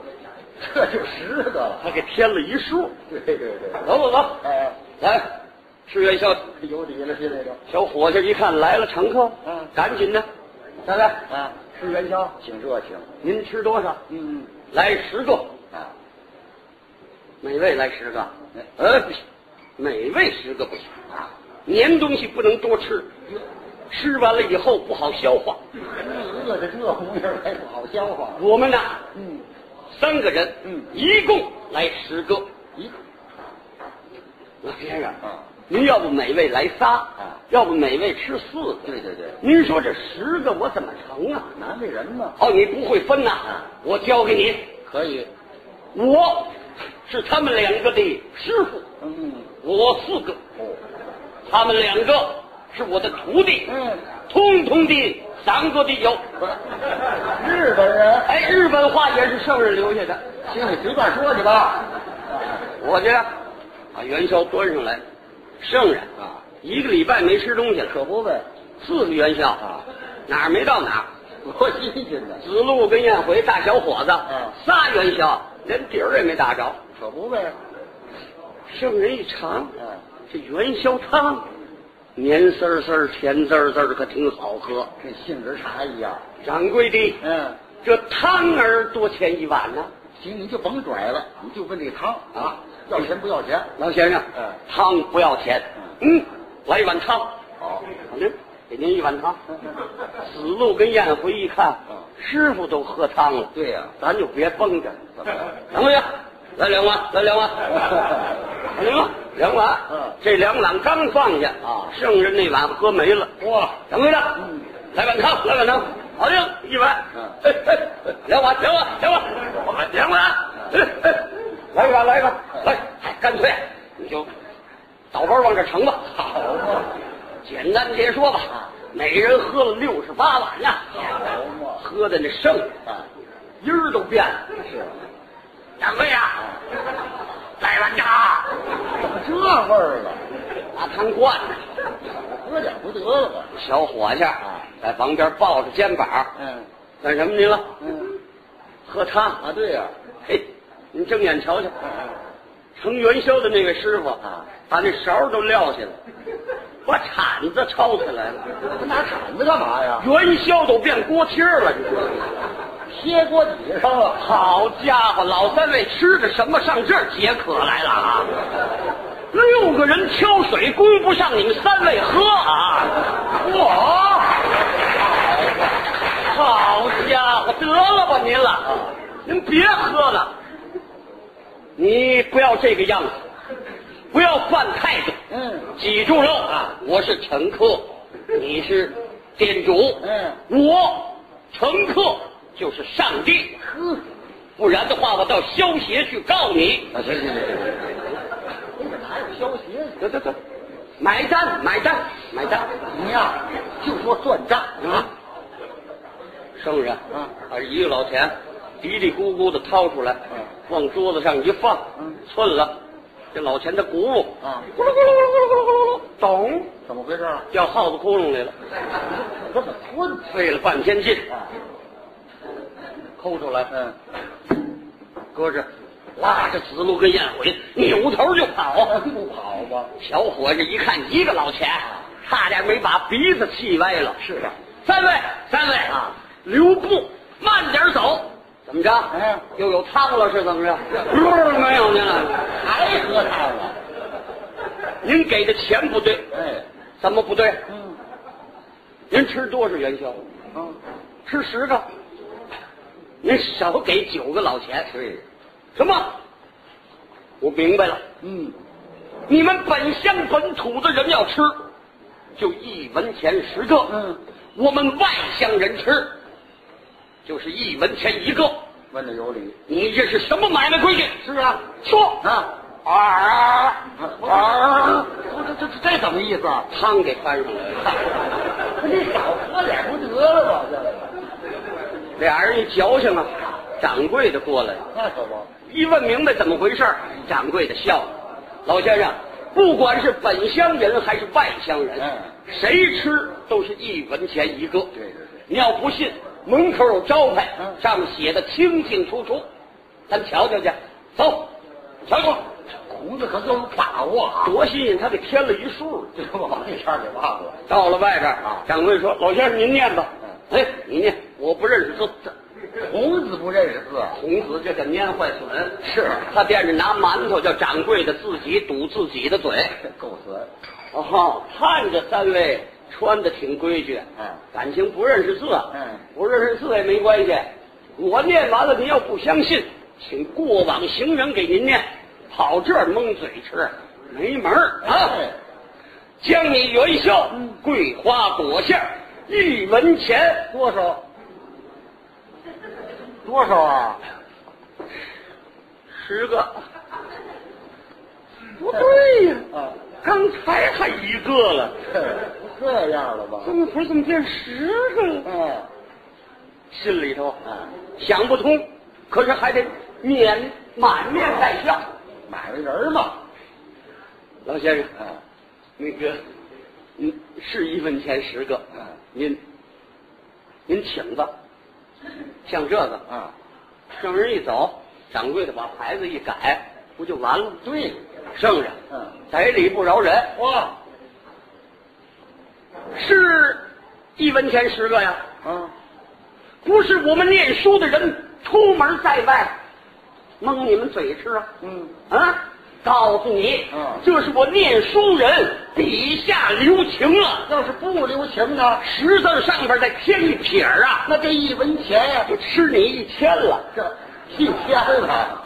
[SPEAKER 2] 这就十个了。
[SPEAKER 1] 他给添了一数。
[SPEAKER 2] 对对对，
[SPEAKER 1] 走走走，
[SPEAKER 2] 哎，
[SPEAKER 1] 来吃元宵。
[SPEAKER 2] 有理了，这个。
[SPEAKER 1] 小伙计一看来了乘客，
[SPEAKER 2] 嗯
[SPEAKER 1] 赶紧的，来来，
[SPEAKER 2] 啊，吃元宵，请热情。
[SPEAKER 1] 您吃多少？
[SPEAKER 2] 嗯
[SPEAKER 1] 来十个，
[SPEAKER 2] 啊，
[SPEAKER 1] 每位来十个。
[SPEAKER 2] 嗯
[SPEAKER 1] 呃，不行，每位十个不行
[SPEAKER 2] 啊，
[SPEAKER 1] 粘东西不能多吃，吃完了以后不好消化。
[SPEAKER 2] 饿的这模样还不好消化。
[SPEAKER 1] 我们呐，
[SPEAKER 2] 嗯，
[SPEAKER 1] 三个人，
[SPEAKER 2] 嗯
[SPEAKER 1] 一共来十个。
[SPEAKER 2] 一个
[SPEAKER 1] 老先生，
[SPEAKER 2] 啊，
[SPEAKER 1] 您要不每位来仨，
[SPEAKER 2] 啊
[SPEAKER 1] 要不每位吃四个，
[SPEAKER 2] 对对对
[SPEAKER 1] 您说这十个我怎么成啊？
[SPEAKER 2] 难为人嘛。
[SPEAKER 1] 哦，你不会分呐、
[SPEAKER 2] 啊
[SPEAKER 1] 我教给你，
[SPEAKER 2] 可以。
[SPEAKER 1] 我是他们两个的师傅，
[SPEAKER 2] 嗯
[SPEAKER 1] 我四个，
[SPEAKER 2] 哦，
[SPEAKER 1] 他们两个是我的徒弟，
[SPEAKER 2] 嗯，
[SPEAKER 1] 通通的三个的有。
[SPEAKER 2] 不是日本人，
[SPEAKER 1] 哎，日本话也是圣人留下的。
[SPEAKER 2] 行，你随便说去吧。
[SPEAKER 1] 我这把元宵端上来，圣人
[SPEAKER 2] 啊，
[SPEAKER 1] 一个礼拜没吃东西了，
[SPEAKER 2] 可不呗，
[SPEAKER 1] 四个元宵
[SPEAKER 2] 啊，
[SPEAKER 1] 哪儿没到哪儿。
[SPEAKER 2] 多新鲜呢。
[SPEAKER 1] 子路跟燕回大小伙子，
[SPEAKER 2] 嗯
[SPEAKER 1] 仨元宵连底儿也没打着。
[SPEAKER 2] 可不呗，
[SPEAKER 1] 圣人一尝，
[SPEAKER 2] 嗯，
[SPEAKER 1] 这元宵汤黏丝儿丝儿、甜滋儿滋儿，可挺好喝。
[SPEAKER 2] 跟性质差异啊。
[SPEAKER 1] 掌柜的，
[SPEAKER 2] 嗯，
[SPEAKER 1] 这汤儿多钱一碗呢？
[SPEAKER 2] 行，你就甭拽了，你就问这汤啊，要钱不要钱？
[SPEAKER 1] 老先生，
[SPEAKER 2] 嗯
[SPEAKER 1] 汤不要钱，嗯，来一碗汤，
[SPEAKER 2] 好，
[SPEAKER 1] 好嘞，给您一碗汤。死路跟燕回一看
[SPEAKER 2] 嗯，
[SPEAKER 1] 师傅都喝汤了，
[SPEAKER 2] 对呀
[SPEAKER 1] 咱就别蹦着了。
[SPEAKER 2] 怎么了？
[SPEAKER 1] 掌柜的，来两碗，来 两碗，来两碗，两碗。
[SPEAKER 2] 嗯
[SPEAKER 1] 这两碗刚放下
[SPEAKER 2] 啊
[SPEAKER 1] 剩下那碗喝没了。
[SPEAKER 2] 哇，
[SPEAKER 1] 掌柜的，来碗汤，来碗汤。好嘞，一碗
[SPEAKER 2] 嗯，
[SPEAKER 1] 哎哎两碗，两碗，两碗，两碗，哎哎来一碗，来一碗，来，哎干脆你就倒包往这盛吧。
[SPEAKER 2] 好嘛，
[SPEAKER 1] 简单截说吧，每人喝了六十八碗呐，
[SPEAKER 2] 好嘛，
[SPEAKER 1] 喝的那剩，
[SPEAKER 2] 啊，
[SPEAKER 1] 音儿都变了。
[SPEAKER 2] 是，
[SPEAKER 1] 掌柜的，来碗汤，
[SPEAKER 2] 怎么这味儿了？
[SPEAKER 1] 把汤灌了。
[SPEAKER 2] 喝点不得了吧？
[SPEAKER 1] 小伙计儿在旁边抱着肩膀，
[SPEAKER 2] 嗯
[SPEAKER 1] 干什么去了？
[SPEAKER 2] 嗯，
[SPEAKER 1] 喝汤。
[SPEAKER 2] 啊，对呀，
[SPEAKER 1] 嘿，您睁眼瞧瞧，
[SPEAKER 2] 嗯
[SPEAKER 1] 盛元宵的那位师傅
[SPEAKER 2] 啊，
[SPEAKER 1] 把那勺都撂下了，把铲子抄起来了，
[SPEAKER 2] 嗯拿铲子干嘛呀？
[SPEAKER 1] 元宵都变锅贴儿了，你说
[SPEAKER 2] 贴锅 底上了。
[SPEAKER 1] 哦好家伙，老三位吃的什么上这儿解渴来了啊？六个人挑水，供不上你们三位喝啊！我，好家伙，得了吧您了，您别喝了，你不要这个样子，不要犯态度，
[SPEAKER 2] 嗯
[SPEAKER 1] 记住了啊！我是乘客，你是店主，
[SPEAKER 2] 嗯，
[SPEAKER 1] 我乘客就是上帝。
[SPEAKER 2] 呵，
[SPEAKER 1] 不然的话，我到消协去告你。
[SPEAKER 2] 啊，行行行行行，你可哪有消协？
[SPEAKER 1] 得得得，买单买单买单
[SPEAKER 2] 你呀、就说算账
[SPEAKER 1] 啊！圣人
[SPEAKER 2] 嗯
[SPEAKER 1] 把一啊个老钱嘀嘀咕咕的掏出来，
[SPEAKER 2] 嗯
[SPEAKER 1] 往桌子上一放，
[SPEAKER 2] 嗯
[SPEAKER 1] 寸了，这老钱他鼓舞，
[SPEAKER 2] 啊！
[SPEAKER 1] 咕噜咕噜咕噜咕噜咕噜咕噜，咚，
[SPEAKER 2] 怎么回事啊？
[SPEAKER 1] 掉耗子窟窿里了，
[SPEAKER 2] 这么吞
[SPEAKER 1] 费了半天劲，
[SPEAKER 2] 啊？
[SPEAKER 1] 抠出来，
[SPEAKER 2] 嗯，
[SPEAKER 1] 搁这，拉着死路跟燕回，扭头就跑。
[SPEAKER 2] 不跑吧？
[SPEAKER 1] 小伙计一看一个老钱，差点没把鼻子气歪了。
[SPEAKER 2] 是的，
[SPEAKER 1] 三位，三位啊，留步，慢点走。怎么着？
[SPEAKER 2] 哎
[SPEAKER 1] 又有汤了是怎么着？不没有您了，
[SPEAKER 2] 还喝汤了？
[SPEAKER 1] 您给的钱不对，
[SPEAKER 2] 哎，
[SPEAKER 1] 怎么不对？
[SPEAKER 2] 嗯，
[SPEAKER 1] 您吃多少元宵？
[SPEAKER 2] 啊，
[SPEAKER 1] 吃十个，您少给九个老钱。
[SPEAKER 2] 对，
[SPEAKER 1] 什么？我明白了，
[SPEAKER 2] 嗯，
[SPEAKER 1] 你们本乡本土的人要吃，就一文钱十个。
[SPEAKER 2] 嗯，
[SPEAKER 1] 我们外乡人吃，就是一文钱一个。
[SPEAKER 2] 问的有理。
[SPEAKER 1] 你这是什么买卖规矩？
[SPEAKER 2] 是啊，
[SPEAKER 1] 说
[SPEAKER 2] 啊，
[SPEAKER 1] 啊
[SPEAKER 2] 啊
[SPEAKER 1] 啊！，
[SPEAKER 2] 不这这这怎么意思啊？
[SPEAKER 1] 汤给翻上来了，
[SPEAKER 2] 你少喝点不得了吧？这
[SPEAKER 1] 俩人一矫情啊，掌柜的过来了，
[SPEAKER 2] 那可不，
[SPEAKER 1] 一问明白怎么回事儿，掌柜的笑了。老先生，不管是本乡人还是外乡人，
[SPEAKER 2] 嗯
[SPEAKER 1] 谁吃都是一文钱一个。
[SPEAKER 2] 对对对，
[SPEAKER 1] 你要不信，门口有招牌，
[SPEAKER 2] 嗯
[SPEAKER 1] 上面写的清清楚楚，咱瞧瞧去。走，瞧瞧，
[SPEAKER 2] 孔子可更有把握啊！
[SPEAKER 1] 多新鲜！他给添了一数呢。
[SPEAKER 2] 这我把这茬给忘了。
[SPEAKER 1] 到了外边
[SPEAKER 2] 啊嗯
[SPEAKER 1] 掌柜说：“老先生，您念吧。”哎，你念，我不认识字。
[SPEAKER 2] 孔子不认识字啊？
[SPEAKER 1] 孔子这个蔫坏损，
[SPEAKER 2] 是
[SPEAKER 1] 他惦着拿馒头叫掌柜的自己堵自己的嘴。
[SPEAKER 2] 这够损。
[SPEAKER 1] 哦吼，看着三位穿的挺规矩，
[SPEAKER 2] 嗯
[SPEAKER 1] 感情不认识字啊，
[SPEAKER 2] 嗯
[SPEAKER 1] 不认识字也没关系。我念完了，您要不相信，请过往行人给您念，跑这儿蒙嘴吃，没门儿啊！
[SPEAKER 2] 哎
[SPEAKER 1] 将你元宵、
[SPEAKER 2] 嗯
[SPEAKER 1] 桂花果馅儿一文钱，
[SPEAKER 2] 多少？多少啊？
[SPEAKER 1] 十个。
[SPEAKER 2] 嗯
[SPEAKER 1] 不对呀、
[SPEAKER 2] 啊，
[SPEAKER 1] 刚才还一个了，
[SPEAKER 2] 这样了吧？
[SPEAKER 1] 怎么不是怎么变十个了？
[SPEAKER 2] 嗯，
[SPEAKER 1] 心里头
[SPEAKER 2] 啊，
[SPEAKER 1] 想不通，可是还得面满面带笑。
[SPEAKER 2] 买个人嘛。
[SPEAKER 1] 老先生，啊
[SPEAKER 2] 嗯，
[SPEAKER 1] 那个，嗯，是一分钱十个啊
[SPEAKER 2] 嗯，
[SPEAKER 1] 您，您请吧。像这个，
[SPEAKER 2] 啊，
[SPEAKER 1] 上人一走，掌柜的把牌子一改，不就完了？
[SPEAKER 2] 对，
[SPEAKER 1] 圣人，
[SPEAKER 2] 嗯，
[SPEAKER 1] 逮理不饶人，
[SPEAKER 2] 哇，
[SPEAKER 1] 是一文钱十个呀，
[SPEAKER 2] 啊，
[SPEAKER 1] 不是我们念书的人出门在外，蒙你们嘴吃啊，
[SPEAKER 2] 嗯，
[SPEAKER 1] 啊，告诉你，
[SPEAKER 2] 嗯
[SPEAKER 1] 这是我念书人底下留情了，
[SPEAKER 2] 要是不留情呢，
[SPEAKER 1] 石头上边再添一撇儿啊，
[SPEAKER 2] 那这一文钱呀，
[SPEAKER 1] 就吃你一千了。
[SPEAKER 2] 这一天了。